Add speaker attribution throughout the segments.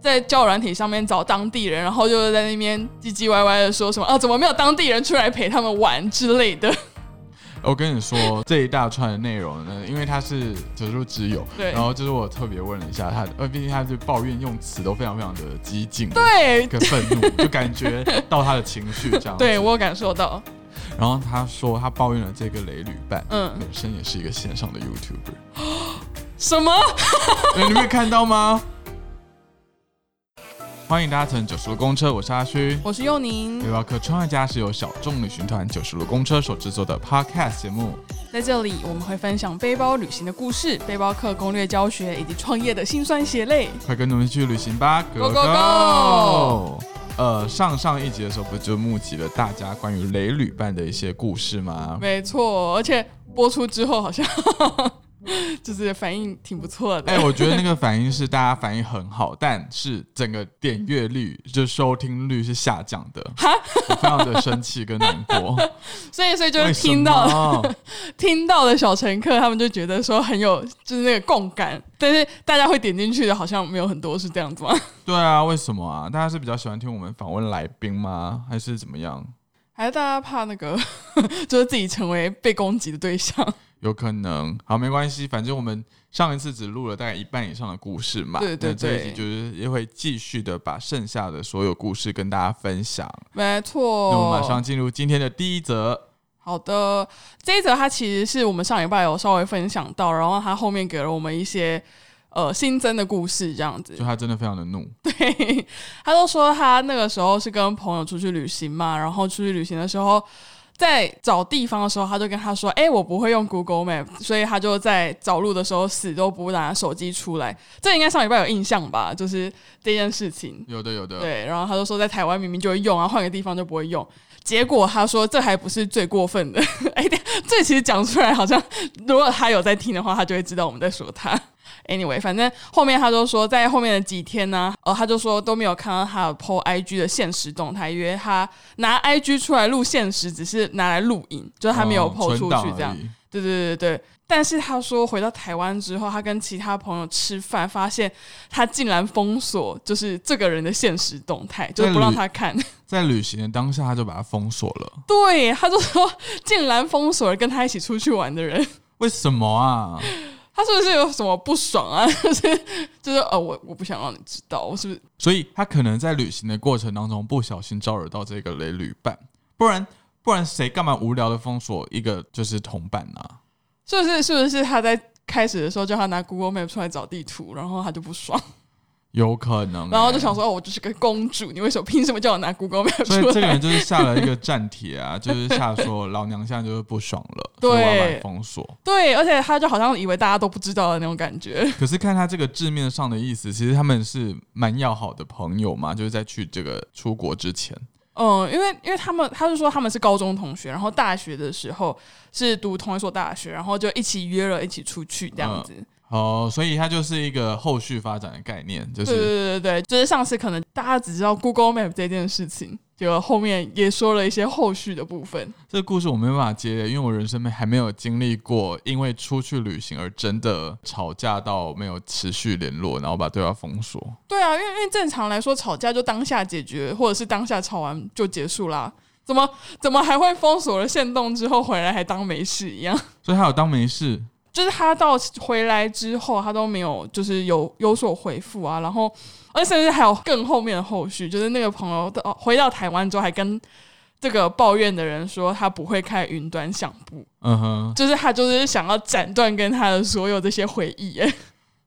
Speaker 1: 在教软体上面找当地人，然后就在那边唧唧歪歪的说什么啊，怎么没有当地人出来陪他们玩之类的。
Speaker 2: 我跟 你说，这一大串的内容呢，因为他是折树之友，
Speaker 1: 对
Speaker 2: 然后就是我特别问了一下他的，呃，毕竟他是抱怨用词都非常非常的激进，，
Speaker 1: 对，
Speaker 2: 跟愤 怒，就感觉到他的情绪这样。
Speaker 1: 对，我有感受到，
Speaker 2: 然后他说他抱怨了这个雷旅伴，
Speaker 1: 嗯
Speaker 2: 本身也是一个线上的 YouTuber，
Speaker 1: 什么？
Speaker 2: 呃你没有看到吗？ 欢迎搭乘九十路公车，我是阿虚。
Speaker 1: 我是佑宁
Speaker 2: 背，包客创业家是由小众旅行团九十路公车所制作的 Podcast 节目。
Speaker 1: 在这里我们会分享背包旅行的故事、背包客攻略教学以及创业的辛酸血泪。
Speaker 2: 快跟我们去旅行吧
Speaker 1: Go, go,
Speaker 2: 呃，上上一集的时候不就募集了大家关于雷旅伴的一些故事吗？
Speaker 1: 没错，而且播出之后好像 就是反应挺不错的。
Speaker 2: 哎、我觉得那个反应是大家反应很好，但是整个点阅率就收听率是下降的，我非常的生气跟难 过。
Speaker 1: 所以所以就
Speaker 2: 为
Speaker 1: 是
Speaker 2: 什
Speaker 1: 听到
Speaker 2: 么
Speaker 1: 听到的小乘客，他们就觉得说很有就是那个共感，但是大家会点进去的好像没有很多是这样子吗？
Speaker 2: 对啊，为什么啊？大家是比较喜欢听我们访问来宾吗？还是怎么样？
Speaker 1: 还是大家怕那个 就是自己成为被攻击的对象？
Speaker 2: 有可能，好，没关系，反正我们上一次只录了大概一半以上的故事嘛，
Speaker 1: 对对
Speaker 2: 那这一集
Speaker 1: 对
Speaker 2: 就是也会继续的把剩下的所有故事跟大家分享。
Speaker 1: 没
Speaker 2: 那
Speaker 1: 错，
Speaker 2: 我们马上进入今天的第一则，
Speaker 1: 好的，这一则它其实是我们上礼拜有稍微分享到，然后它后面给了我们一些呃新增的故事，这样子
Speaker 2: 就。他真的非常的怒，
Speaker 1: 对，他都说他那个时候是跟朋友出去旅行嘛，然后出去旅行的时候，在找地方的时候，他就跟他说：“哎、我不会用 Google Map，所以他就在找路的时候死都不拿手机出来。”这应该上礼拜有印象吧？就是这件事情。
Speaker 2: 有的有的，
Speaker 1: 对，然后他就说在台湾明明就会用啊，换个地方就不会用。结果他说这还不是最过分的， 哎，等一下这其实讲出来好像，如果他有在听的话，他就会知道我们在说他。Anyway，反正后面他就说，在后面的几天呢、呃，他就说都没有看到他有 PO IG 的现实动态，因为他拿 IG 出来录现实，只是拿来录影，就是他没有
Speaker 2: 哦
Speaker 1: PO 出去这。样
Speaker 2: 存档而。已
Speaker 1: 对对对对对。但是他说回到台湾之后，他跟其他朋友吃饭，发现他竟然封锁就是这个人的现实动态，就
Speaker 2: 在
Speaker 1: 不让
Speaker 2: 旅
Speaker 1: 他看。
Speaker 2: 在旅行的当下，他就把它封锁了。
Speaker 1: 对，他就说竟然封锁了跟他一起出去玩的人。
Speaker 2: 为什么啊？
Speaker 1: 他是不是有什么不爽啊？ 就是就是呃，我我不想让你知道，我是不是？
Speaker 2: 所以他可能在旅行的过程当中不小心招惹到这个雷旅伴，不然不然谁干嘛无聊的封锁一个就是同伴呢、啊？
Speaker 1: 是不是是不是他在开始的时候叫他拿 Google Map 出来找地图，然后他就不爽，
Speaker 2: 有可能欸、
Speaker 1: 然后就想说哦，我就是个公主，你为什么凭什么叫我拿 Google Map
Speaker 2: 所以
Speaker 1: 出
Speaker 2: 这个
Speaker 1: 来
Speaker 2: 人？就是下了一个站 帖啊，就是下说老娘现在就是不爽了，
Speaker 1: 对
Speaker 2: 所以我要把你封锁。
Speaker 1: 对，而且他就好像以为大家都不知道的那种感觉。
Speaker 2: 可是看他这个字面上的意思，其实他们是蛮要好的朋友嘛，就是在去这个出国之前，
Speaker 1: 嗯，因为因为他们，他是说他们是高中同学，然后大学的时候是读同一所大学，然后就一起约了一起出去这样子。
Speaker 2: 哦，所以它就是一个后续发展的概念，就
Speaker 1: 对对
Speaker 2: 是
Speaker 1: 对对对，就是上次可能大家只知道 Google Map 这件事情，结果后面也说了一些后续的部分。
Speaker 2: 这个故事我没办法接，因为我人生没还没有经历过因为出去旅行而真的吵架到没有持续联络，然后把对方封锁。
Speaker 1: 对啊，因为因为正常来说吵架就当下解决，或者是当下吵完就结束啦。怎么怎么还会封锁了线动之后回来还当没事一样？
Speaker 2: 所以他有当没事，
Speaker 1: 就是他到回来之后，他都没有就是有有所回复啊，然后而甚至还有更后面的后续，就是那个朋友到回到台湾之后，还跟这个抱怨的人说他不会开云端相簿，
Speaker 2: 嗯哼，
Speaker 1: 就是他就是想要斩断跟他的所有这些回忆，哎，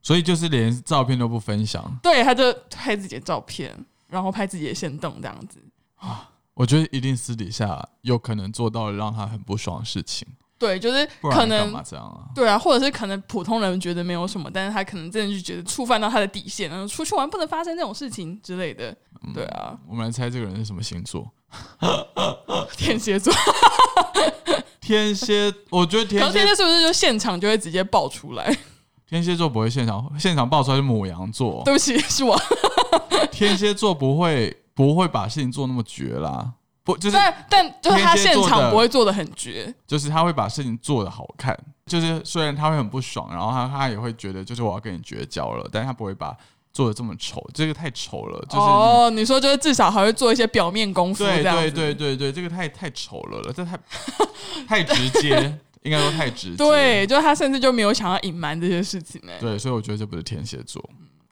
Speaker 2: 所以就是连照片都不分享。
Speaker 1: 对，他就拍自己的照片，然后拍自己的线动这样子，
Speaker 2: 我觉得一定私底下有可能做到了让他很不爽的事情，
Speaker 1: 对，就是
Speaker 2: 不然
Speaker 1: 可
Speaker 2: 还干
Speaker 1: 能
Speaker 2: 嘛这样啊？
Speaker 1: 对啊，或者是可能普通人觉得没有什么，但是他可能真的就觉得触犯到他的底线，然后出去玩不能发生这种事情之类的，
Speaker 2: 嗯
Speaker 1: 对啊。
Speaker 2: 我们来猜这个人是什么星座？
Speaker 1: 天蝎座，
Speaker 2: 天蝎，我觉得
Speaker 1: 然
Speaker 2: 天
Speaker 1: 后天
Speaker 2: 蝎哦
Speaker 1: 蝎是不是就现场就会直接爆出来？
Speaker 2: 天蝎座不会现场现场爆出来是母羊座，
Speaker 1: 对不起，是我。
Speaker 2: 天蝎座不会不会把事情做那么绝啦，不就是
Speaker 1: 但但就是他
Speaker 2: 天蝎
Speaker 1: 现
Speaker 2: 座的
Speaker 1: 场不会做的很绝，
Speaker 2: 就是他会把事情做得好看，就是虽然他会很不爽，然后他他也会觉得就是我要跟你绝交了，但是他不会把做的这么丑，这个太丑了，就是你。
Speaker 1: 哦，你说就是至少还会做一些表面 功夫这
Speaker 2: 对
Speaker 1: 样
Speaker 2: 对
Speaker 1: 子，
Speaker 2: 对对对，这个太太丑了了，这太太直接，应该说太直 接。
Speaker 1: 对就是他甚至就没有想要隐瞒这些事情呢、
Speaker 2: 对，所以我觉得这不是天蝎座，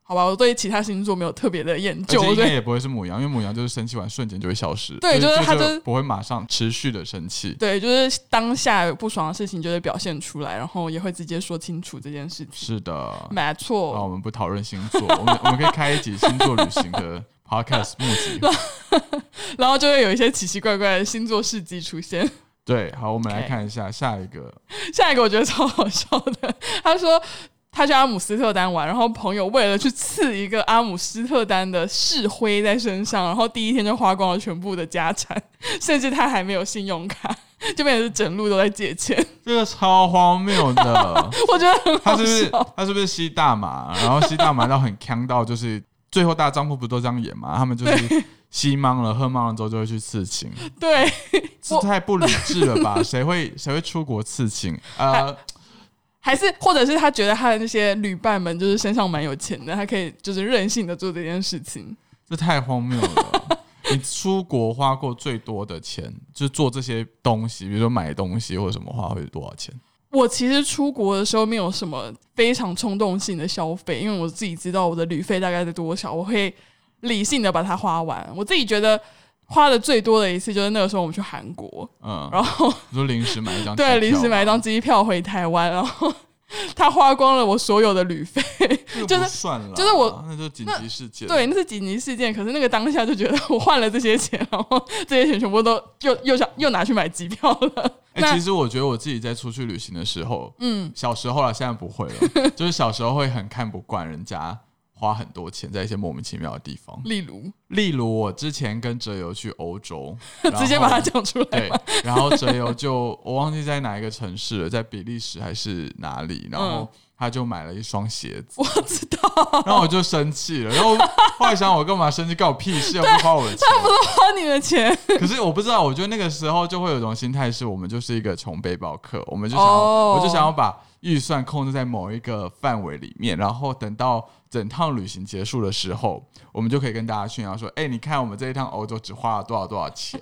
Speaker 1: 好吧，我对其他星座没有特别的研
Speaker 2: 而
Speaker 1: 究，
Speaker 2: 且应
Speaker 1: 所
Speaker 2: 该
Speaker 1: 以
Speaker 2: 也不会是母羊，因为母羊就是生气完瞬间就会消失，
Speaker 1: 对
Speaker 2: 所以
Speaker 1: 就是它就是
Speaker 2: 就不会马上持续的生气。
Speaker 1: 对，就是当下有不爽的事情就会表现出来，然后也会直接说清楚这件事情。
Speaker 2: 是的，
Speaker 1: 没
Speaker 2: 那
Speaker 1: 错，
Speaker 2: 我们不讨论星座，我们我们可以开一集星座旅行的 podcast 募 集。
Speaker 1: 然后就会有一些奇奇怪怪的星座事迹出现。
Speaker 2: 对，好，我们来
Speaker 1: OK
Speaker 2: 看一下下一个，
Speaker 1: 下一个我觉得超好笑的， 他说他去阿姆斯特丹玩，然后朋友为了去刺一个阿姆斯特丹的市徽在身上，然后第一天就花光了全部的家产，甚至他还没有信用卡，就变成是整路都在借钱。
Speaker 2: 这个超荒谬的，
Speaker 1: 我觉得很
Speaker 2: 他
Speaker 1: 好
Speaker 2: 是不是
Speaker 1: 笑，
Speaker 2: 他是不是吸大麻，然后吸大麻到很呛到，就是最后大丈夫不都这样演吗？他们就是吸懵了、喝懵了之后就会去刺青，
Speaker 1: 对，
Speaker 2: 这太不理智了吧？ 谁会谁会出国刺青？
Speaker 1: 啊
Speaker 2: 呃，
Speaker 1: 还是或者是他觉得他的那些旅伴们就是身上蛮有钱的，他可以就是任性的做这件事情。
Speaker 2: 这太荒 谬了。你出国花过最多的钱，就是做这些东西，比如说买东西或者什么，花会多少钱？
Speaker 1: 我其实出国的时候没有什么非常冲动性的消费，因为我自己知道我的旅费大概在多少，我会理性的把它花完。我自己觉得花的最多的一次就是那个时候我们去韩国，
Speaker 2: 嗯，
Speaker 1: 然后
Speaker 2: 你说临时买一张
Speaker 1: 对临啊时买一
Speaker 2: 张，
Speaker 1: 张机票回台湾，然后 他花光了我所有的旅费。
Speaker 2: 这
Speaker 1: 就
Speaker 2: 个
Speaker 1: 是
Speaker 2: 不算了，
Speaker 1: 就是我，
Speaker 2: 那就紧急事 件。
Speaker 1: 对，，那是紧急事件，可是那个当下就觉得我换了这些钱，然后这些钱全部都又又想又拿去买机票了。
Speaker 2: 哎、
Speaker 1: 那
Speaker 2: 其实我觉得我自己在出去旅行的时候，
Speaker 1: 嗯，
Speaker 2: 小时候了，现在不会了， 就是小时候会很看不惯人家花很多钱在一些莫名其妙的地方，
Speaker 1: 例如，
Speaker 2: 例如我之前跟哲友去欧洲
Speaker 1: 直接把它
Speaker 2: 然后
Speaker 1: 讲出来，
Speaker 2: 对，然后哲友就我忘记在哪一个城市了，在比利时还是哪里，然后
Speaker 1: 嗯
Speaker 2: 他就买了一双鞋子，
Speaker 1: 我知道
Speaker 2: 然后我就生气了，然后后来想我干嘛生气，干我屁事，又不花我 的钱，
Speaker 1: 花你的钱。
Speaker 2: 可是我不知道，我觉得那个时候就会有一种心态，是我们就是一个穷背包客，我们就想要
Speaker 1: 哦
Speaker 2: 我就想要把预算控制在某一个范围里面，然后等到整趟旅行结束的时候，我们就可以跟大家炫耀说：“哎、你看我们这一趟欧洲只花了多少多少钱。”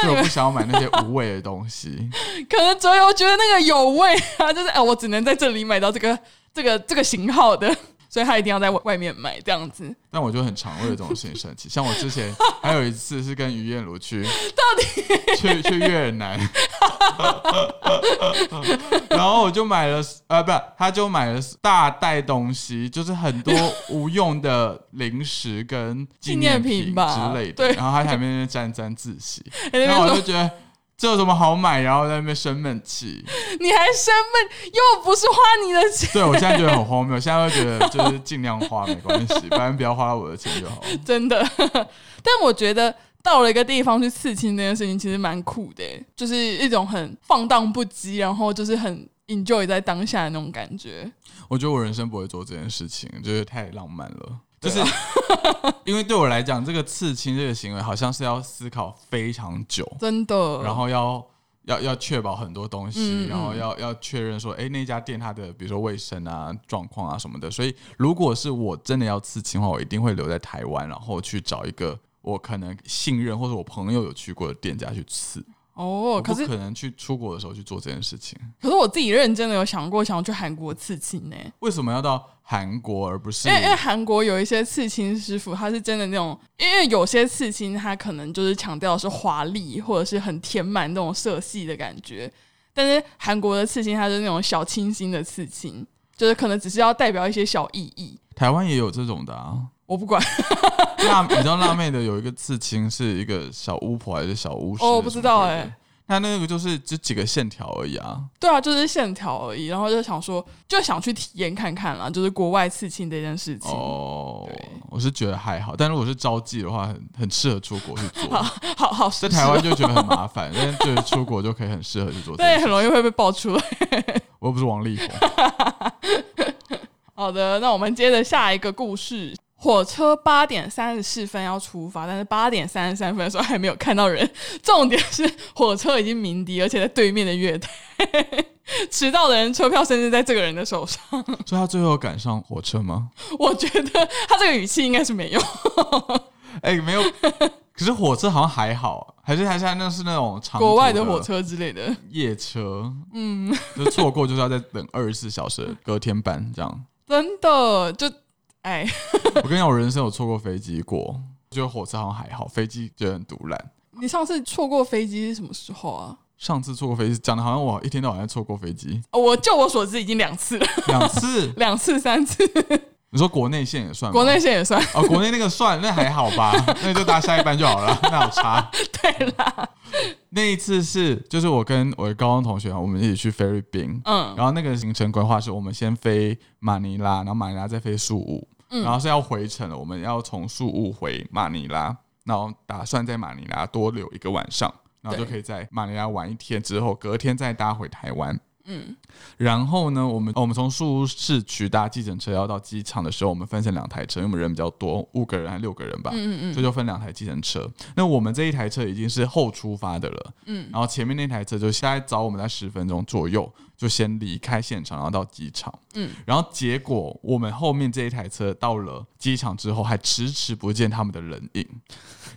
Speaker 2: 所以我不想要买那些无谓的东西。
Speaker 1: 可能哲友觉得那个有味啊，就是哎、我只能在这里买到这个这个这个型号的，所以他一定要在外外面买这样子。
Speaker 2: 但我就很常为了这种事情生 气。像我之前还有一次是跟于彦如去，到底去去越南， 然后我就买了，呃，不，他就买了大袋东西，就是很多无用的零食跟纪念
Speaker 1: 纪念品吧
Speaker 2: 之类的
Speaker 1: 对。
Speaker 2: 然后他还在那边沾沾自喜，
Speaker 1: 哎那
Speaker 2: 然后
Speaker 1: 边
Speaker 2: 我就
Speaker 1: 说
Speaker 2: 觉得。这有什么好买？然后在那边生闷气。
Speaker 1: 你还生闷，又不是花你的钱，
Speaker 2: 对我现在觉得很荒谬，现在会觉得就是尽量花没关系，反正不要花我的钱就好。
Speaker 1: 真的。 但我觉得到了一个地方去刺青这件事情，其实蛮酷的、欸就是一种很放荡不羁，然后就是很 enjoy 在当下的那种感觉。
Speaker 2: 我觉得我人生不会做这件事情，就是太浪漫了。就是
Speaker 1: 啊
Speaker 2: 因为对我来讲，这个刺青这个行为好像是要思考非常久，
Speaker 1: 真的，
Speaker 2: 然后要要要确保很多东西，
Speaker 1: 嗯嗯
Speaker 2: 然后要要确认说，哎、那家店它的比如说卫生啊、状况啊什么的。所以，如果是我真的要刺青的话，我一定会留在台湾，然后去找一个我可能信任或者我朋友有去过的店家去刺。
Speaker 1: 哦，
Speaker 2: 我不
Speaker 1: 可是
Speaker 2: 可能去出国的时候去做这件事情。
Speaker 1: 可是我自己认真的有想过想要去韩国刺青欸呢、
Speaker 2: 为什么要到韩国而不是
Speaker 1: 因为因为韩国有一些刺青师傅，他是真的那种，因为有些刺青他可能就是强调是华丽或者是很填满那种色系的感觉，但是韩国的刺青它是那种小清新的刺青，就是可能只是要代表一些小意义。
Speaker 2: 台湾也有这种的啊？
Speaker 1: 我不管，
Speaker 2: 辣，你知道辣妹的有一个刺青是一个小巫婆还是小巫师？
Speaker 1: 哦我不知道
Speaker 2: 哎、
Speaker 1: 欸
Speaker 2: 那那个就是只几个线条而已啊。
Speaker 1: 对啊，就是线条而已。然后就想说，就想去体验看看啦，就是国外刺青这件事情。
Speaker 2: 哦
Speaker 1: 对，
Speaker 2: 我是觉得还好，但如果是招妓的话，很很适合出国去做。
Speaker 1: 好好，
Speaker 2: 在台湾就觉得很麻 烦，但是就是出国就可以很适合去做。
Speaker 1: 对，很，容易会被爆出来。
Speaker 2: 我又不是王力宏。
Speaker 1: 好的，那我们接着下一个故事。火车八点三十四分要出发，但是八点三十三分的时候还没有看到人。重点是火车已经鸣笛，而且在对面的月台。 迟到的人车票甚至在这个人的手上。
Speaker 2: 所以他最后赶上火车 吗？
Speaker 1: 我觉得他这个语气应该是没有。
Speaker 2: 哎、没有，可是火车好像还好，还是还是那是那种长
Speaker 1: 国外
Speaker 2: 途
Speaker 1: 的火车之类的，
Speaker 2: 夜车，嗯， 就错过就是要再等二十四小时，隔天班这样。
Speaker 1: 真的就哎，
Speaker 2: 我跟你讲，我人生有错过飞机过，觉得火车好像还好，飞机觉得很独揽。
Speaker 1: 你上次错过飞机是什么时候啊？
Speaker 2: 上次错过飞机，讲的好像我一天到晚在错过飞机
Speaker 1: 哦我就我所知已经两次了，
Speaker 2: 两次。
Speaker 1: 两次三次，
Speaker 2: 你说国内线也算吗？
Speaker 1: 国内线也算。
Speaker 2: 哦，国内那个算，那还好 吧，那就搭下一班就好了，那有差。
Speaker 1: 对啦，
Speaker 2: 那一次是，就是我跟我的高中同学，我们一起去菲律宾，
Speaker 1: 嗯
Speaker 2: 然后那个行程规划是我们先飞马尼拉，然后马尼拉再飞宿务，然后是要回程了，我们要从宿务回马尼拉，然后打算在马尼拉多留一个晚上，然后就
Speaker 1: 对
Speaker 2: 可以在马尼拉玩一天之后，隔天再搭回台湾。嗯然后呢，我们哦我们从宿务市区搭计程车要到机场的时候，我们分成两台车，因为我们人比较多，五个人还六个人吧，嗯嗯所以就分两台计程车。那我们这一台车已经是后出发的了，嗯，然后前面那台车就大概早我们在十分钟左右就先离开现场，然后到机场，嗯，然后结果我们后面这一台车到了机场之后，还迟迟不见他们的人影。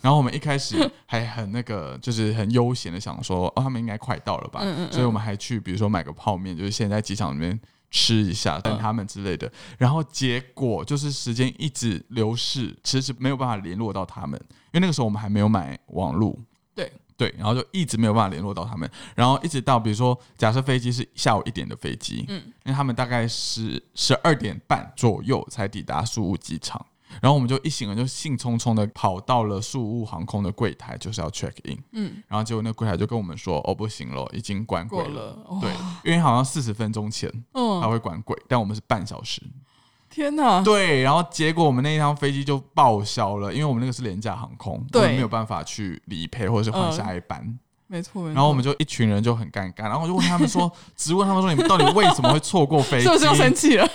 Speaker 2: 然后我们一开始还很那个，就是很悠闲的想说，哦，他们应该快到了吧，所以我们还去，比如说买个泡面，就是先在机场里面吃一下，等他们之类的。然后结果就是时间一直流逝，迟迟没有办法联络到他们，因为那个时候我们还没有买网路，
Speaker 1: 对
Speaker 2: 对，然后就一直没有办法联络到他们，然后一直到比如说，假设飞机是下午一点的飞机，嗯，因为他们大概是十二点半左右才抵达宿务机场，然后我们就一行人就兴冲冲的跑到了宿务航空的柜台，就是要 check in，
Speaker 1: 嗯，
Speaker 2: 然后结果那柜台就跟我们说，哦，不行了，已经关柜
Speaker 1: 过
Speaker 2: 了，
Speaker 1: 了。哦、
Speaker 2: 对，因为好像四十分钟前它
Speaker 1: 嗯，
Speaker 2: 会关柜，但我们是半小时，
Speaker 1: 天哪，
Speaker 2: 对，然后结果我们那一趟飞机就报销了，因为我们那个是廉价航空，
Speaker 1: 对
Speaker 2: 我们没有办法去理赔或者是换
Speaker 1: 嗯
Speaker 2: 下一班。
Speaker 1: 没错，没错。
Speaker 2: 然后我们就一群人就很尴尬，然后我就问他们说，直问他们说，你们到底为什么会错过飞机？
Speaker 1: 是不是要生气了？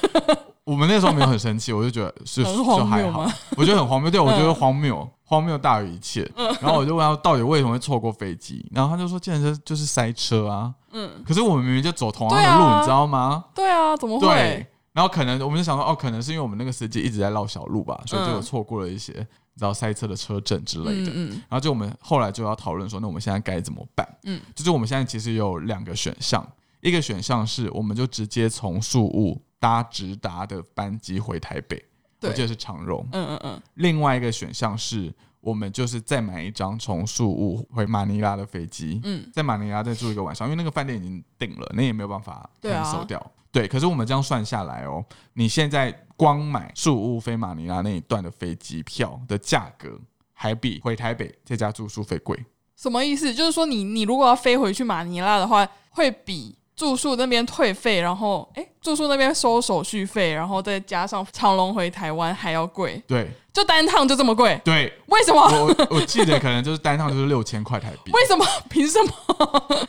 Speaker 2: 我们那时候没有很生气，我就觉得是
Speaker 1: 很
Speaker 2: 就
Speaker 1: 荒
Speaker 2: 还
Speaker 1: 谬
Speaker 2: 好
Speaker 1: 吗，嗯
Speaker 2: 我觉得很荒谬，对我觉得荒谬，荒谬大于一切。然后我就问他到底为什么会错过飞机，然后他就说，健身就是塞车啊。
Speaker 1: 嗯，
Speaker 2: 可是我们明明就走同样的
Speaker 1: 对
Speaker 2: 路，
Speaker 1: 啊
Speaker 2: 你知道吗？
Speaker 1: 对啊，怎么
Speaker 2: 对
Speaker 1: 会？，
Speaker 2: 然后可能我们就想说，哦，可能是因为我们那个司机一直在绕小路吧，所以就有
Speaker 1: 嗯
Speaker 2: 错过了一些你知道塞车的车阵之类的。
Speaker 1: 嗯嗯，
Speaker 2: 然后就我们后来就要讨论说，那我们现在该怎么办？嗯
Speaker 1: 嗯，
Speaker 2: 就是我们现在其实有两个选项，一个选项是我们就直接从宿务搭直达的班机回台北，我
Speaker 1: 对
Speaker 2: 记得是长荣；
Speaker 1: 嗯嗯嗯，
Speaker 2: 另外一个选项是我们就是再买一张从宿务回马尼拉的飞机，嗯
Speaker 1: 嗯，
Speaker 2: 在马尼拉再住一个晚上，因为那个饭店已经定了，那也没有办法
Speaker 1: 对啊
Speaker 2: cancel 掉。对，可是我们这样算下来哦，你现在光买宿务飞马尼拉那一段的飞机票的价格，还比回台北再加住宿费贵。
Speaker 1: 什么意思？就是说你，你如果要飞回去马尼拉的话，会比住宿那边退费，然后哎，住宿那边收手续费，然后再加上长龙回台湾还要贵，
Speaker 2: 对
Speaker 1: 就单趟就这么贵？
Speaker 2: 对，
Speaker 1: 为什么？
Speaker 2: 我我我记得可能就是单趟就是六千块台 币。
Speaker 1: 为什么？凭什么？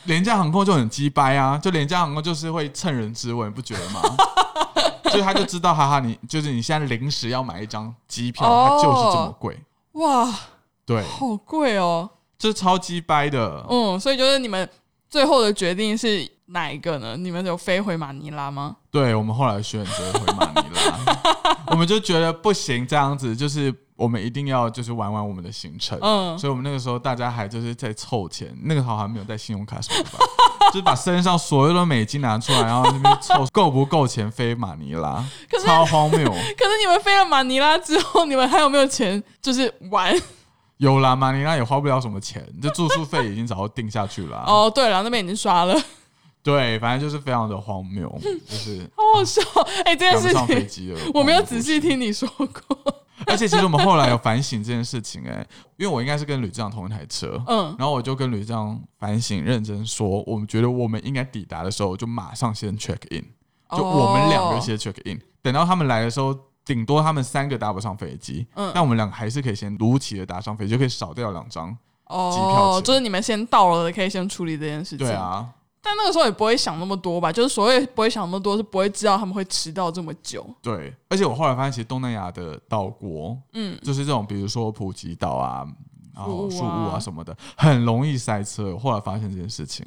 Speaker 2: 廉价航空就很鸡掰啊，就廉价航空就是会趁人之危，你不觉 得吗？所以他就知道，哈哈，你就是你现在临时要买一张机票，
Speaker 1: 哦
Speaker 2: 它就是这么贵，
Speaker 1: 哇，
Speaker 2: 对，
Speaker 1: 好贵哦！
Speaker 2: 这超鸡掰的。
Speaker 1: 嗯，所以就是你们最后的决定是哪一个呢？你们有飞回马尼拉吗？
Speaker 2: 对我们后来选择回马尼拉， 我们就觉得不行，这样子就是我们一定要就是玩完我们的行程，
Speaker 1: 嗯，
Speaker 2: 所以我们那个时候大家还就是在凑钱，那个好像没有带信用卡什 么的吧，就是把身上所有的美金拿出来，然后那边凑够不够钱飞马尼拉
Speaker 1: 可，是
Speaker 2: 超荒
Speaker 1: 可
Speaker 2: 谬。
Speaker 1: 是你们飞了马尼拉之后，你们还有没有钱就是玩？
Speaker 2: 有啦，马尼拉也花不了什么钱，这住宿费已经早就定下去了、哦，
Speaker 1: 哦，对了，那边已经刷了，
Speaker 2: 对，反正就是非常的荒谬，就是
Speaker 1: 好好笑！哎、这件
Speaker 2: 赶不
Speaker 1: 事
Speaker 2: 上飞
Speaker 1: 情
Speaker 2: 机了。
Speaker 1: 我没有仔细听你说过。
Speaker 2: 而且其实我们后来有反省这件事情、哎，因为我应该是跟吕志长同一台车，
Speaker 1: 嗯，
Speaker 2: 然后我就跟吕志长反省，认真说，我们觉得我们应该抵达的时候就马上先 check in，就我们两个
Speaker 1: 哦，
Speaker 2: 先 check in，、等到他们来的时候。顶多他们三个搭不上飞机，
Speaker 1: 嗯
Speaker 2: 但我们两个还是可以先如期的搭上飞机，就可以少掉两张。机
Speaker 1: 哦
Speaker 2: 票钱，
Speaker 1: 就是你们先到了，可以先处理这件事情。
Speaker 2: 对，啊，
Speaker 1: 但那个时候也不会想那么多吧，就是所谓不会想那么多，是不会知道他们会迟到这么久。
Speaker 2: 对，而且我后来发现，其实东南亚的岛国，
Speaker 1: 嗯，
Speaker 2: 就是这种，比如说普吉岛啊，然后
Speaker 1: 宿
Speaker 2: 树
Speaker 1: 务啊
Speaker 2: 屋啊什么的，很容易塞车。我后来发现这件事情，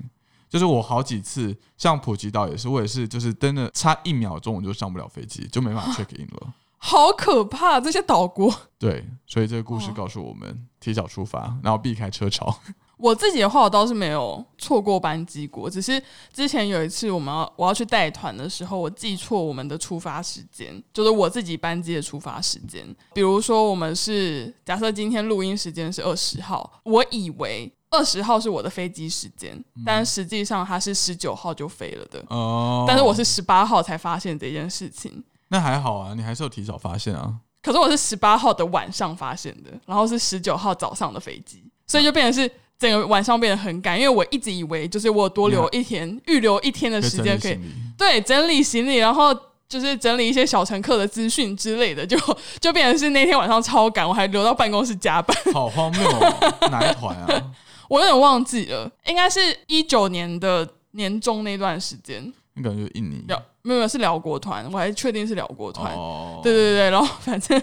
Speaker 2: 就是我好几次，像普吉岛也是，我也是，就是真的差一秒钟我就上不了飞机，就没办法 check in 了。
Speaker 1: 好可怕！这些岛国，
Speaker 2: 对，所以这个故事
Speaker 1: 哦
Speaker 2: 告诉我们，提早出发，然后避开车潮。
Speaker 1: 我自己的话，我倒是没有错过班机过，只是之前有一次我们要我要去带团的时候，我记错我们的出发时间，就是我自己班机的出发时间。比如说，我们是假设今天录音时间是二十号，我以为二十号是我的飞机时间，但实际上它是十九号就飞了的。
Speaker 2: 哦，
Speaker 1: 但是我是十八号才发现这件事情，
Speaker 2: 那还好啊，你还是有提早发现啊。
Speaker 1: 可是我是十八号的晚上发现的，然后是十九号早上的飞机，所以就变成是整个晚上变得很赶，因为我一直以为就是我有多留一天，预留一天的时间可以
Speaker 2: 整理行李
Speaker 1: 对整理行李，然后就是整理一些小乘客的资讯之类的，就 就变成是那天晚上超赶，我还留到办公室加班，
Speaker 2: 好荒谬、哦，哪一团啊？
Speaker 1: 我有点忘记了，应该是一九年的年中那段时间，
Speaker 2: 那感觉就是印尼
Speaker 1: 辽没有没有是辽国团，我还确定是辽国团，
Speaker 2: 哦，
Speaker 1: 对对对，然后反正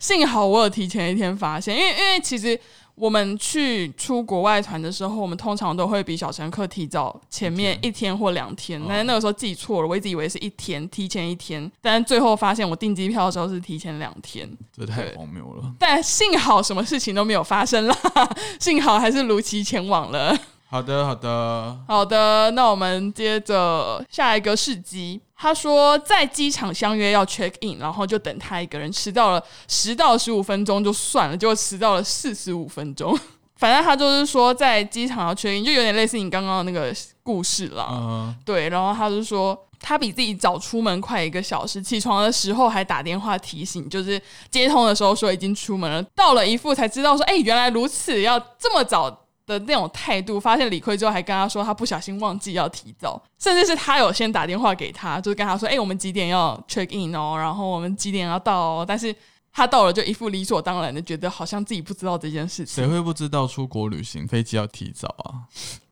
Speaker 1: 幸好我有提前一天发现，因为因为其实我们去出国外团的时候，我们通常都会比小乘客提早前面一天哦或两天，但是那个时候记错了，我一直以为是一天，提前一天，但是最后发现我订机票的时候是提前两天，
Speaker 2: 这太荒谬了。
Speaker 1: 但幸好什么事情都没有发生啦，幸好还是如期前往了。
Speaker 2: 好的，好的，
Speaker 1: 好的，那我们接着下一个市集。他说在机场相约要 check in，然后就等他一个人，迟到了十到十五分钟就算了，结果迟到了四十五分钟。反正他就是说在机场要 check in，就有点类似你刚刚的那个故事啦。
Speaker 2: 嗯，
Speaker 1: 对，然后他就说他比自己早出门快一个小时，起床的时候还打电话提醒，就是接通的时候说已经出门了，到了一副才知道说，哎，原来如此，要这么早的那种态度。发现理亏之后，还跟他说他不小心忘记要提早，甚至是他有先打电话给他，就是跟他说，哎，我们几点要 check in 哦，然后我们几点要到哦，但是。他到了就一副理所当然的觉得好像自己不知道这件事情，
Speaker 2: 谁会不知道出国旅行飞机要提早啊？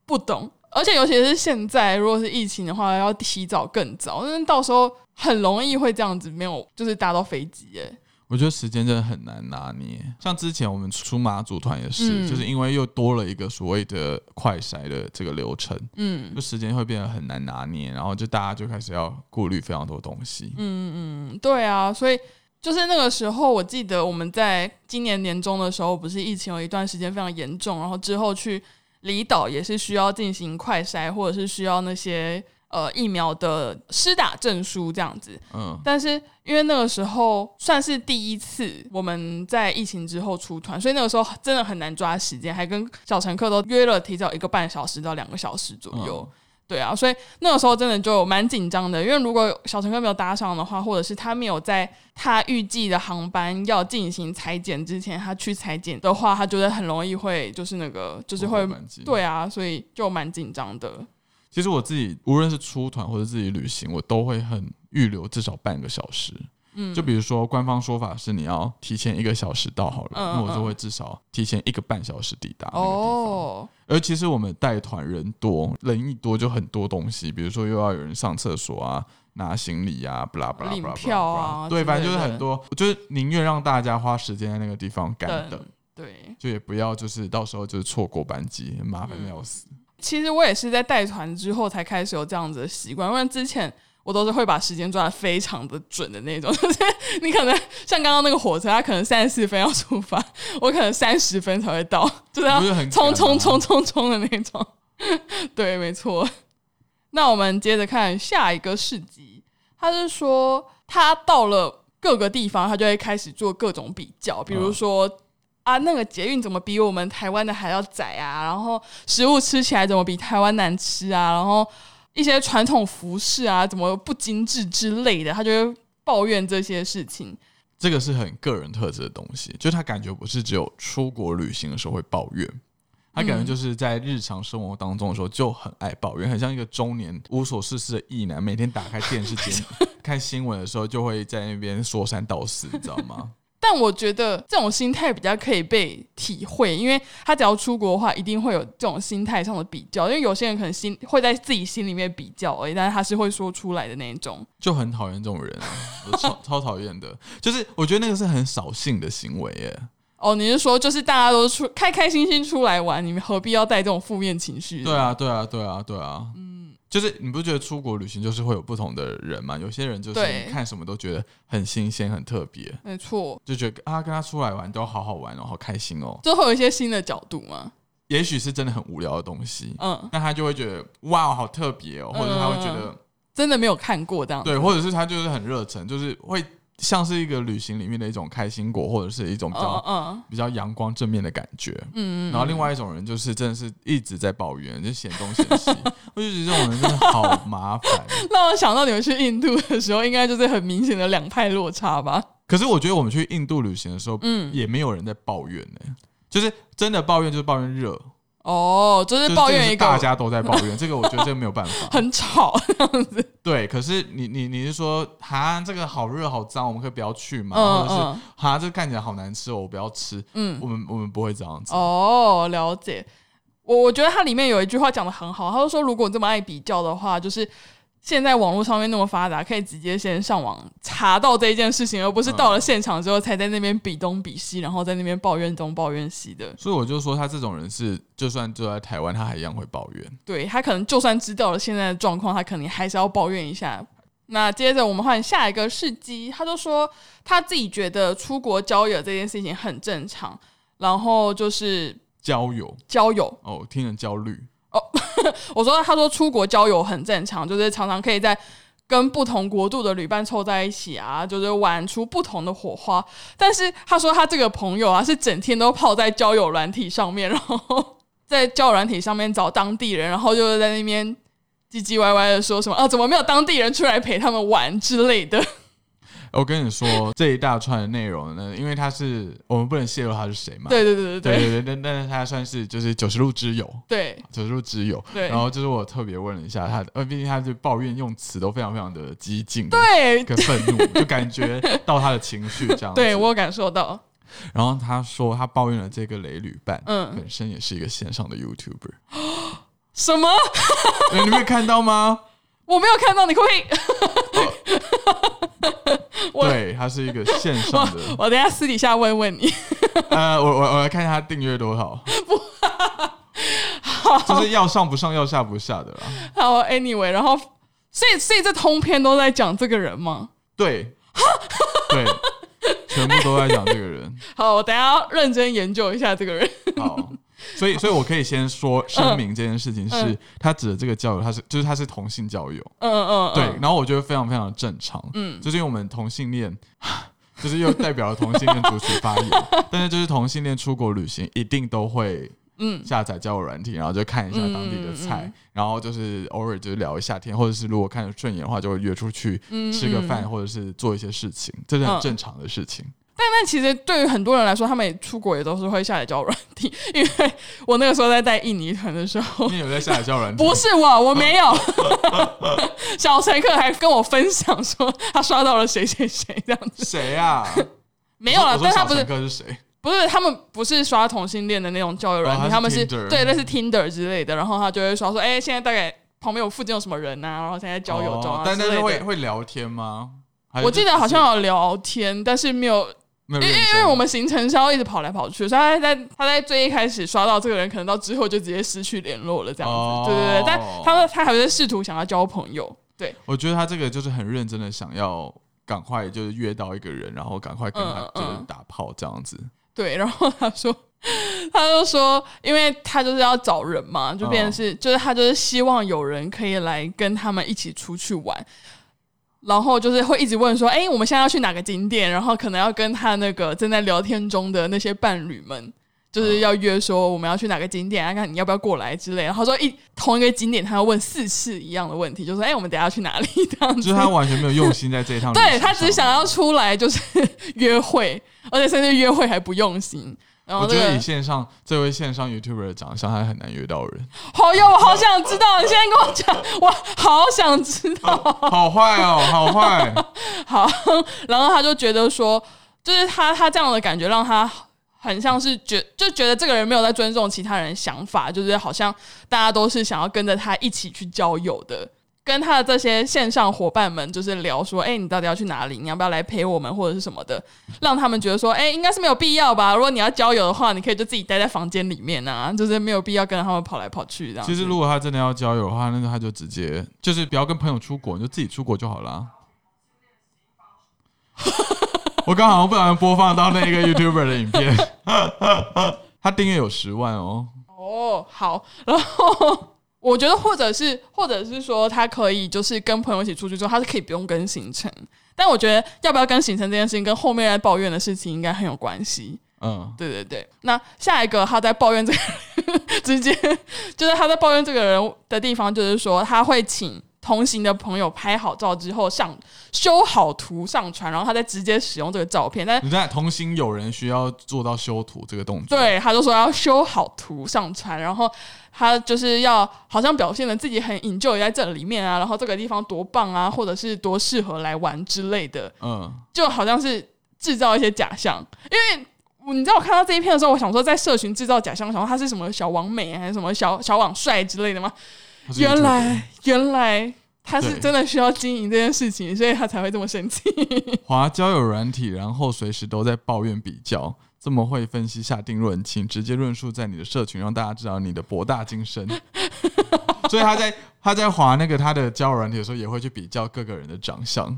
Speaker 1: 不懂，而且尤其是现在，如果是疫情的话，要提早更早，因为到时候很容易会这样子，没有就是搭到飞机耶、
Speaker 2: 我觉得时间真的很难拿捏。像之前我们出马组团也是，
Speaker 1: 嗯
Speaker 2: 就是因为又多了一个所谓的快筛的这个流程，
Speaker 1: 嗯
Speaker 2: 就时间会变得很难拿捏，然后就大家就开始要顾虑非常多东西。
Speaker 1: 嗯，对啊，所以就是那个时候，我记得我们在今年年中的时候，不是疫情有一段时间非常严重，然后之后去离岛也是需要进行快筛，或者是需要那些呃疫苗的施打证书这样子。
Speaker 2: 嗯，
Speaker 1: 但是因为那个时候算是第一次我们在疫情之后出团，所以那个时候真的很难抓时间，还跟小乘客都约了提早一个半小时到两个小时左右。
Speaker 2: 哦嗯
Speaker 1: 对啊，所以那个时候真的就蛮紧张的，因为如果小乘客没有搭上的话，或者是他没有在他预计的航班要进行裁剪之前，他去裁剪的话，他觉得很容易会就是那个就是会
Speaker 2: 不满级。
Speaker 1: 对啊，所以就蛮紧张的。
Speaker 2: 其实我自己无论是出团或者自己旅行，我都会很预留至少半个小时。嗯，就比如说官方说法是你要提前一个小时到好了，
Speaker 1: 嗯嗯
Speaker 2: 那我就会至少提前一个半小时抵达那个地方。
Speaker 1: 哦，
Speaker 2: 而其实我们带团人多，人一多就很多东西，比如说又要有人上厕所啊。拿行李啊，不啦不啦，
Speaker 1: 领票啊之
Speaker 2: 对，
Speaker 1: 类的
Speaker 2: 反正就是很多，就是宁愿让大家花时间在那个地方干等
Speaker 1: 等，对。
Speaker 2: 就也不要就是到时候就是错过班机，麻烦的要死。
Speaker 1: 其实我也是在带团之后才开始有这样子的习惯，因为之前我都是会把时间抓的非常的准的那种， 就是你可能像刚刚那个火车，它可能三十四分要出发，我可能三十分才会到，就是要
Speaker 2: 不是很赶
Speaker 1: 冲
Speaker 2: 吗
Speaker 1: 冲冲冲冲的那种。 对，没错。那我们接着看下一个市集，他是说他到了各个地方，他就会开始做各种比较，比如
Speaker 2: 嗯
Speaker 1: 说。啊，那个捷运怎么比我们台湾的还要窄啊？然后食物吃起来怎么比台湾难吃啊？然后一些传统服饰啊，怎么不精致之类的，他就会抱怨这些事情。
Speaker 2: 这个是很个人特质的东西，就他感觉不是只有出国旅行的时候会抱怨，他感觉就是在日常生活当中的时候就很爱抱怨，很像一个中年无所事事的异男，每天打开电视节目看新闻的时候就会在那边说三道四，你知道吗？
Speaker 1: 但我觉得这种心态比较可以被体会，因为他只要出国的话，一定会有这种心态上的比较。因为有些人可能心会在自己心里面比较而已，但是他是会说出来的那一种。
Speaker 2: 就很讨厌这种人、啊，我超超讨厌的。就是我觉得那个是很扫兴的行为耶。
Speaker 1: 哦，你是说就是大家都出开开心心出来玩，你们何必要带这种负面情绪？
Speaker 2: 对啊，对啊，对啊，对啊。嗯，就是你不觉得出国旅行就是会有不同的人嘛？有些人就是
Speaker 1: 对
Speaker 2: 你看什么都觉得很新鲜、很特别，
Speaker 1: 没错，
Speaker 2: 就觉得啊，跟他出来玩都好好玩哦，好开心哦。
Speaker 1: 就会有一些新的角度嘛。
Speaker 2: 也许是真的很无聊的东西，
Speaker 1: 嗯，
Speaker 2: 那他就会觉得哇，好特别哦，或者他会觉得、
Speaker 1: 真的没有看过这样。
Speaker 2: 对，或者是他就是很热忱，就是会像是一个旅行里面的一种开心果，或者是一种比较、
Speaker 1: 嗯嗯
Speaker 2: 比较阳光正面的感觉。
Speaker 1: 嗯，嗯
Speaker 2: 然后另外一种人就是真的是一直在抱怨，就嫌东嫌西， 我就觉得这种人真的好麻烦。哦
Speaker 1: 让我想到你们去印度的时候，应该就是很明显的两派落差吧？
Speaker 2: 可是我觉得我们去印度旅行的时候，
Speaker 1: 嗯，
Speaker 2: 也没有人在抱怨呢、就是真的抱怨就是抱怨热，
Speaker 1: 哦，就是
Speaker 2: 就是
Speaker 1: 抱
Speaker 2: 这
Speaker 1: 怨
Speaker 2: 是
Speaker 1: 一个
Speaker 2: 大家都在抱怨，这个我觉得这个没有办法。
Speaker 1: 很吵，
Speaker 2: 对，可是你你你是说哈这个好热好脏，我们可以不要去吗？
Speaker 1: 嗯
Speaker 2: 或者是
Speaker 1: 嗯
Speaker 2: 哈这看起来好难吃哦，我不要吃。
Speaker 1: 嗯，
Speaker 2: 我们我们不会这样子。
Speaker 1: 哦，了解。我我觉得它里面有一句话讲的很好，他就说，如果你这么爱比较的话，就是现在网络上面那么发达，可以直接先上网查到这一件事情，而不是
Speaker 2: 嗯
Speaker 1: 到了现场之后才在那边比东比西，然后在那边抱怨东抱怨西的。
Speaker 2: 所以我就说，他这种人是，就算就在台湾，他还一样会抱怨。
Speaker 1: 对他可能就算知道了现在的状况，他肯定还是要抱怨一下。那接着我们换下一个事机，他就说他自己觉得出国交友这件事情很正常，然后就是
Speaker 2: 交友
Speaker 1: 交友，
Speaker 2: 哦，听人焦虑，
Speaker 1: 我说他说出国交友很正常，就是常常可以在跟不同国度的旅伴凑在一起啊，就是玩出不同的火花。但是他说他这个朋友啊，是整天都泡在交友软体上面，然 后在交友软体上面找当地人，然后就是在那边唧唧歪歪的说什么啊，怎么没有当地人出来陪他们玩之类的。
Speaker 2: 我跟你说，这一大串的内容呢，因为他是我们不能泄露他是谁嘛。
Speaker 1: 对对对对
Speaker 2: 对
Speaker 1: 对
Speaker 2: 对对，但但是他算是就是九十路之友，
Speaker 1: 对
Speaker 2: 九十路之友。
Speaker 1: 对
Speaker 2: 然后就是我特别问了一下他，呃，毕竟他就抱怨用词都非常非常的激进，
Speaker 1: 对
Speaker 2: 跟愤怒， 就感觉到他的情绪这样子。
Speaker 1: 对，我有感受到，
Speaker 2: 然后他说他抱怨了这个雷旅伴，
Speaker 1: 嗯
Speaker 2: 本身也是一个线上的 YouTuber，
Speaker 1: 什么？
Speaker 2: 呃你没有看到吗？
Speaker 1: 我没有看到，你可不可以？ 我
Speaker 2: 对，他是一个线上
Speaker 1: 我
Speaker 2: 的。
Speaker 1: 我等一下私底下问问你。
Speaker 2: 呃，我我我来看一下他订阅 多少，就是要上不上，要下不下的啦。
Speaker 1: 好，anyway，然后所以所以这通篇都在讲这个人吗？
Speaker 2: 对，对，全部都在讲这个人。
Speaker 1: 好，我等一下要认真研究一下这个人。
Speaker 2: 好，所以所以我可以先说声明这件事情
Speaker 1: 嗯
Speaker 2: 是，他指的这个交友，他是就是他是同性交友，
Speaker 1: 嗯嗯，嗯
Speaker 2: 对，然后我觉得非常非常的正常，
Speaker 1: 嗯
Speaker 2: 就是因为我们同性恋。 就是又代表了同性恋族群发 言，但是就是同性恋出国旅行一定都会
Speaker 1: 嗯
Speaker 2: 下载交友软体，然后就看一下当地的菜，
Speaker 1: 嗯嗯嗯
Speaker 2: 然后就是偶尔就是聊一下天，或者是如果看着顺眼的话，就会约出去
Speaker 1: 嗯
Speaker 2: 吃个饭，
Speaker 1: 嗯
Speaker 2: 或者是做一些事情，这是
Speaker 1: 嗯
Speaker 2: 很正常的事情。
Speaker 1: 但但其实对于很多人来说，他们也出国也都是会下载交友软体，因为我那个时候在带印尼团的时候。
Speaker 2: 你有在下载交友软体？
Speaker 1: 不是我，我 没有。小乘客还跟我分享说，他刷到了谁谁谁这样子，
Speaker 2: 谁啊？
Speaker 1: 没有了
Speaker 2: 我。说
Speaker 1: 但他不
Speaker 2: 小
Speaker 1: 是
Speaker 2: 乘客是谁？
Speaker 1: 不是，他们不是刷同性恋的那种交友软体，
Speaker 2: 哦
Speaker 1: 他
Speaker 2: 他
Speaker 1: 们
Speaker 2: 是
Speaker 1: 是
Speaker 2: Tinder
Speaker 1: 对类似 Tinder 之类的，然后他就会刷说，哎、现在大概旁边有附近有什么人啊，然后现在交友中啊、
Speaker 2: 哦
Speaker 1: 之
Speaker 2: 但但
Speaker 1: 类
Speaker 2: 是
Speaker 1: 的
Speaker 2: 会会聊天吗？还是
Speaker 1: 我记
Speaker 2: 就
Speaker 1: 得
Speaker 2: 只
Speaker 1: 好
Speaker 2: 是
Speaker 1: 像有聊天，但是没有，
Speaker 2: 没有
Speaker 1: 因为
Speaker 2: 认
Speaker 1: 因为
Speaker 2: 真
Speaker 1: 我们行程是要一直跑来跑去，所以他在他在最一开始刷到这个人，可能到之后就直接失去联络了，这样子。
Speaker 2: 哦
Speaker 1: 对对对，但他他还在试图想要交朋友，对，
Speaker 2: 我觉得他这个就是很认真的想要赶快就是约到一个人，然后赶快跟他
Speaker 1: 嗯
Speaker 2: 就
Speaker 1: 嗯
Speaker 2: 是打炮这样子。
Speaker 1: 对，然后他说， 他就说，因为他就是要找人嘛，就
Speaker 2: 哦
Speaker 1: 变成是，就是他就是希望有人可以来跟他们一起出去玩，然后就是会一直问说，哎、我们现在要去哪个景点？然后可能要跟他那个正在聊天中的那些伴侣们。
Speaker 2: 哦
Speaker 1: 就是要约说我们要去哪个景点啊？看你要不要过来之类的。然后说一同一个景点，他要问四次一样的问题，就说：“哎、我们等一下要去哪里？”这样子，
Speaker 2: 就是他完全没有用心在这一趟旅行
Speaker 1: 对
Speaker 2: 上，
Speaker 1: 他只是想要出来就是 约会，而且甚至约会还不用心。然后
Speaker 2: 我
Speaker 1: 这
Speaker 2: 觉
Speaker 1: 个
Speaker 2: 得以线上这位线上 YouTuber 的长相，他很难约到人，
Speaker 1: 好哟，我好想知道，你现在跟我讲，我好想知道。
Speaker 2: 好坏哦，好坏。
Speaker 1: 好，然后他就觉得说，就是他他这样的感觉让他很像是觉就觉得这个人没有在尊重其他人的想法，就是好像大家都是想要跟着他一起去交友的。跟他的这些线上伙伴们就是聊说，哎、你到底要去哪里？你要不要来陪我们，或者是什么的，让他们觉得说，哎、应该是没有必要吧。如果你要交友的话，你可以就自己待在房间里面啊，就是没有必要跟他们跑来跑去这样。
Speaker 2: 其实，如果他真的要交友的话，那他就直接就是不要跟朋友出国，你就自己出国就好啊啦。 我刚好像不小心播放到那个 YouTuber 的影片， 他订阅有十万哦。
Speaker 1: 哦，好，然后我觉得或者是或者是说他可以就是跟朋友一起出去之后，他是可以不用跟行程，但我觉得要不要跟行程这件事情跟后面在抱怨的事情应该很有关系。
Speaker 2: 嗯，
Speaker 1: 对对对，那下一个他在抱怨这个 直接就是他在抱怨这个人的地方，就是说他会请同行的朋友拍好照之后上修好图上传，然后他再直接使用这个照片，但
Speaker 2: 你在同行有人需要做到修图这个动作，，
Speaker 1: 对，他就说要修好图上传，然后他就是要好像表现的自己很 enjoy 在这里面啊，然后这个地方多棒啊，或者是多适合来玩之类的，
Speaker 2: 嗯，
Speaker 1: 就好像是制造一些假象。因为我你知道我看到这一篇的时候，我想说在社群制造假象，我想说他是什么小王美还是什么小小网帅之类的吗？
Speaker 2: 他是
Speaker 1: 原
Speaker 2: YouTuber
Speaker 1: 来原来他是
Speaker 2: 对
Speaker 1: 真的需要经营这件事情，所以他才会这么生气。
Speaker 2: 滑交友软体，然后随时都在抱怨比较，这么会分析下定论，请直接论述在你的社群，让大家知道你的博大精深。 所以他在他在滑那个他的交友软体的时候，也会去比较各个人的长相，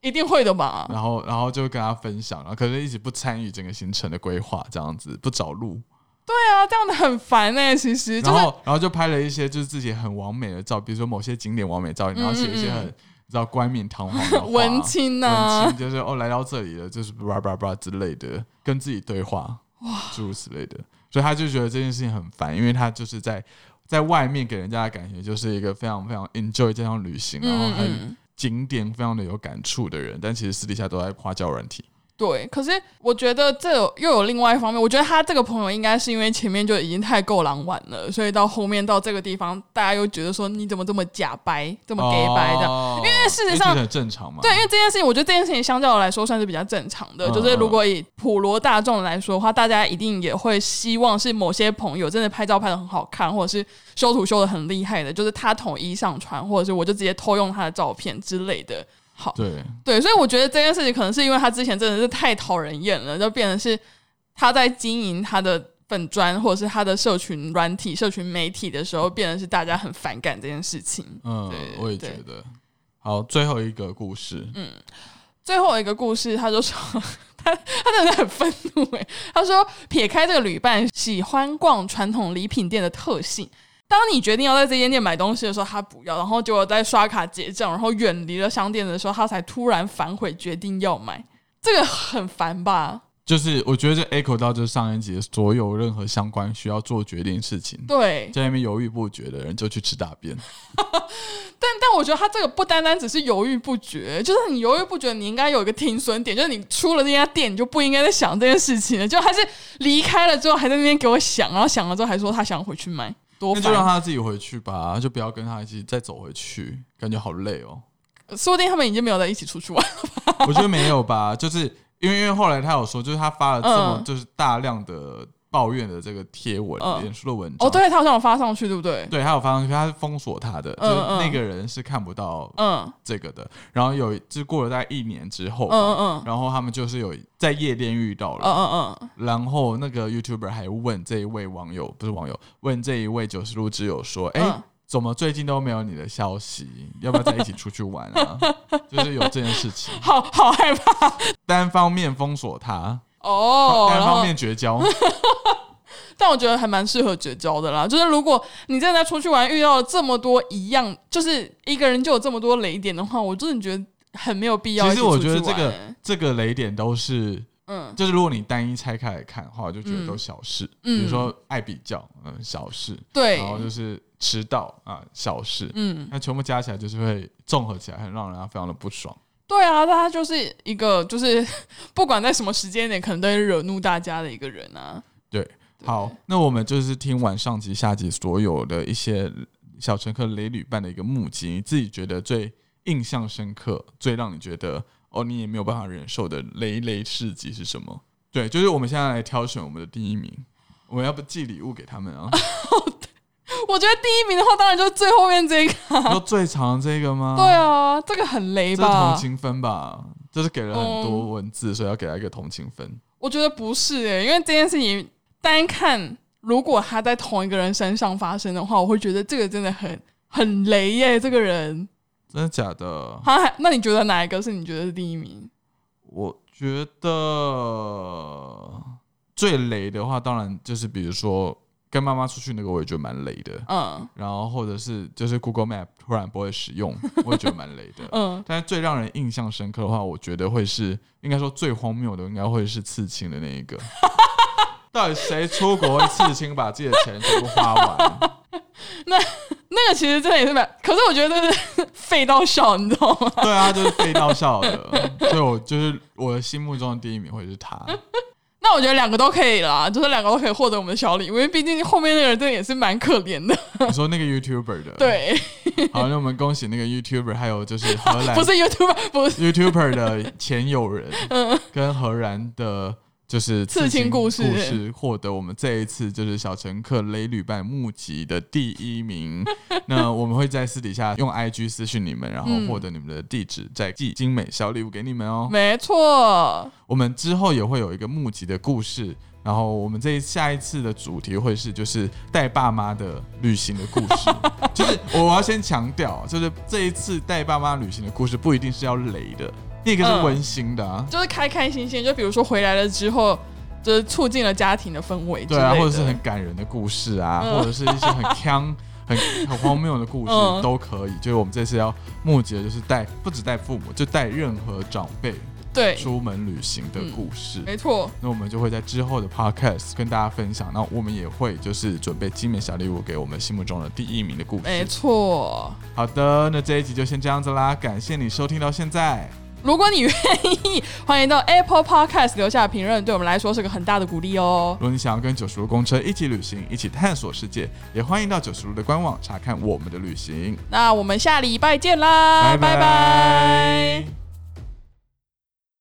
Speaker 1: 一定会的吧？
Speaker 2: 然后然后就跟他分享，然后可是一直不参与整个行程的规划，这样子不找路，
Speaker 1: 对啊，这样的很烦哎、其实就
Speaker 2: 然
Speaker 1: 是
Speaker 2: 后然后就拍了一些就是自己很完美的照，比如说某些景点完美照，然后写一些很。你知道冠冕堂皇的 话
Speaker 1: 文青啊呐
Speaker 2: 文青就是哦，来到这里了，就是叭叭叭之类的，跟自己对话，诸如此类的。所以他就觉得这件事情很烦，因为他就是在在外面给人家的感觉就是一个非常非常 enjoy 这趟旅行，然后
Speaker 1: 嗯嗯
Speaker 2: 很景点非常的有感触的人，但其实私底下都在花椒软体。
Speaker 1: 对，可是我觉得这有又有另外一方面，我觉得他这个朋友应该是因为前面就已经太够狼玩了，所以到后面到这个地方，大家又觉得说你怎么这么假白，这么 gay 白的。
Speaker 2: 哦
Speaker 1: 因为事实上
Speaker 2: 因为这很正常嘛。
Speaker 1: 对，因为这件事情，我觉得这件事情相较来说算是比较正常的。
Speaker 2: 嗯
Speaker 1: 就是如果以普罗大众来说的话，大家一定也会希望是某些朋友真的拍照拍的很好看，或者是修图修的很厉害的，就是他统一上传，或者是我就直接偷用他的照片之类的。好，
Speaker 2: 对，
Speaker 1: 对，所以我觉得这件事情可能是因为他之前真的是太讨人厌了，就变成是他在经营他的粉砖或者是他的社群软体、社群媒体的时候，变成是大家很反感这件事情。
Speaker 2: 嗯
Speaker 1: 对，
Speaker 2: 我也
Speaker 1: 对嗯
Speaker 2: 觉得。好，最后一个故事，
Speaker 1: 最后一个故事，他就说他他真的很愤怒诶，他说撇开这个旅伴喜欢逛传统礼品店的特性。当你决定要在这间店买东西的时候，他不要，然后结果在刷卡结账，然后远离了商店的时候，他才突然反悔决定要买，这个很烦吧？
Speaker 2: 就是我觉得这 echo 到就是上一集所有任何相关需要做决定的事情，
Speaker 1: 对，
Speaker 2: 在那边犹豫不决的人就去吃大便。
Speaker 1: 但但我觉得他这个不单单只是犹豫不决，就是你犹豫不决，你应该有一个停损点，就是你出了那家店，你就不应该再想这件事情了。就还是离开了之后，还在那边给我想，然后想了之后还说他想回去买，多
Speaker 2: 那就让
Speaker 1: 烦！
Speaker 2: 他自己回去吧，就不要跟他一起再走回去，感觉好累哦。
Speaker 1: 说不定他们已经没有在一起出去玩。
Speaker 2: 我觉得没有吧，就是因为因为后来他有说，就是他发了这么
Speaker 1: 嗯
Speaker 2: 就是大量的抱怨的这个贴文，
Speaker 1: 嗯
Speaker 2: 脸书的文章。
Speaker 1: 哦，对他好像有发上去，对不对？
Speaker 2: 对，还有发上去，他是封锁他的，就
Speaker 1: 嗯
Speaker 2: 是
Speaker 1: 嗯
Speaker 2: 那个人是看不到
Speaker 1: 嗯
Speaker 2: 这个的。然后有就过了大概一年之后
Speaker 1: 嗯
Speaker 2: 吧，
Speaker 1: 嗯嗯
Speaker 2: 然后他们就是有在夜店遇到了，
Speaker 1: 嗯嗯
Speaker 2: 然后那个 YouTuber 还问这一位网友，不是网友，问这一位九十路之友说：“哎、
Speaker 1: 嗯
Speaker 2: 怎么最近都没有你的消息？ 要不要再一起出去玩 啊？”就是有这件事情，
Speaker 1: 嗯，好好害怕
Speaker 2: 单方面封锁他，
Speaker 1: 哦。
Speaker 2: 单
Speaker 1: 然
Speaker 2: 方
Speaker 1: 后，
Speaker 2: 面绝交。
Speaker 1: 但我觉得还蛮适合绝交的啦。就是如果你真的在出去玩遇到了这么多一样，就是一个人就有这么多雷点的话，我真的觉得很没有必要一
Speaker 2: 其
Speaker 1: 起
Speaker 2: 实
Speaker 1: 出
Speaker 2: 我
Speaker 1: 去
Speaker 2: 觉
Speaker 1: 玩欸。
Speaker 2: 得这个这个雷点都是，
Speaker 1: 嗯
Speaker 2: 就是如果你单一拆开来看的话，我就觉得
Speaker 1: 嗯
Speaker 2: 都小事。
Speaker 1: 嗯
Speaker 2: 比如说爱比较，嗯，小事，，
Speaker 1: 对
Speaker 2: 然，后就是迟到啊，小事。
Speaker 1: 嗯，
Speaker 2: 那全部加起来就是会综合起来，很让人家非常的不爽。
Speaker 1: 对啊，他就是一个就是 不管在什么时间点，可能都会惹怒大家的一个人啊。
Speaker 2: 对，好，那我们就是听完上集、下集所有的一些小乘客雷旅伴的一个目击，你自己觉得最印象深刻、最让你觉得哦，你也没有办法忍受的累累事迹是什么？对，就是我们现在来挑选我们的第一名， 我们要不寄礼物给他们啊？
Speaker 1: 我觉得第一名的话，当然就是最后面这个。
Speaker 2: 说最长这个吗？
Speaker 1: 对，啊，这个很雷
Speaker 2: 这是同
Speaker 1: 吧？
Speaker 2: 情分吧？就是给了很多文字，所以要给他一个同情分。
Speaker 1: 我觉得不是欸诶、因为这件事情单看，如果他在同一个人身上发生的话，我会觉得这个真的很很雷耶、这个人，
Speaker 2: 真的假的？
Speaker 1: 他还那你觉得哪一个是你觉得是第一名？
Speaker 2: 我觉得最雷的话，当然就是比如说跟妈妈出去那个，我也觉得蛮雷的。
Speaker 1: 嗯
Speaker 2: 然后或者是就是 Google Map 突然不会使用，我也觉得蛮雷的。
Speaker 1: 嗯，
Speaker 2: 但是最让人印象深刻的话，我觉得会是应该说最荒谬的，应该会是刺青的那一个。到底谁出国会刺青，把自己的钱全部花完？
Speaker 1: 那个其实真的也是蛮，可是我觉得这是 废到笑，你知道吗？
Speaker 2: 对啊，就是飞到笑的。所以我就是我的心目中的第一名会是他。
Speaker 1: 那我觉得两个都可以啦，就是两个都可以获得我们的小礼物，因为毕竟后面那个人真的也是蛮可怜的。
Speaker 2: 你说那个 YouTuber 的，，
Speaker 1: 对，
Speaker 2: 好，那我们恭喜那个 YouTuber，还 有就是荷兰
Speaker 1: 不是 YouTube，不是
Speaker 2: YouTuber 的前友 人，跟荷兰的，就是
Speaker 1: 嗯刺青故事
Speaker 2: 故事获得我们这一次就是小乘客雷旅伴募集的第 一名。那我们会在私底下用 IG 私讯你们，然后
Speaker 1: 嗯
Speaker 2: 获得你们的地址，再寄精美小礼物给你们哦。
Speaker 1: 没错。
Speaker 2: 我们之后也会有一个募集的故事。然后我们这一下一次的主题会是就是带爸妈的旅行的故 事，就是我要先强调，就是这一次带爸妈旅行的故事不一定是要雷的，那个是温馨的啊，
Speaker 1: 就是开开心心，就比如说回来了之后，就是促进了家庭的氛围之
Speaker 2: 对
Speaker 1: 类的，
Speaker 2: 啊，或者是很感人的故事啊，
Speaker 1: 嗯
Speaker 2: 或者是一些很腔、很很荒谬的故 事、
Speaker 1: 嗯
Speaker 2: 都可以。就是我们这次要募集的就是带不只带父母，就带任何长辈
Speaker 1: 对，
Speaker 2: 出门旅行的故事。
Speaker 1: 没错，
Speaker 2: 那我们就会在之后的 podcast 跟大家分享。那我们也会就是准备精美小礼物给我们心目中的第一名的故
Speaker 1: 没
Speaker 2: 事。
Speaker 1: 错。
Speaker 2: 好的，那这一集就先这样子啦，感谢你收听到现在。
Speaker 1: 如果你愿意，欢迎到 Apple Podcast 留下评论，对我们来说是个很大的鼓励哦
Speaker 2: 如。果你想要跟九十路公车一起旅行，一起探索世界，也欢迎到九十路的官网查看我们的旅行。
Speaker 1: 那我们下礼拜见啦，
Speaker 2: 拜拜
Speaker 1: 拜拜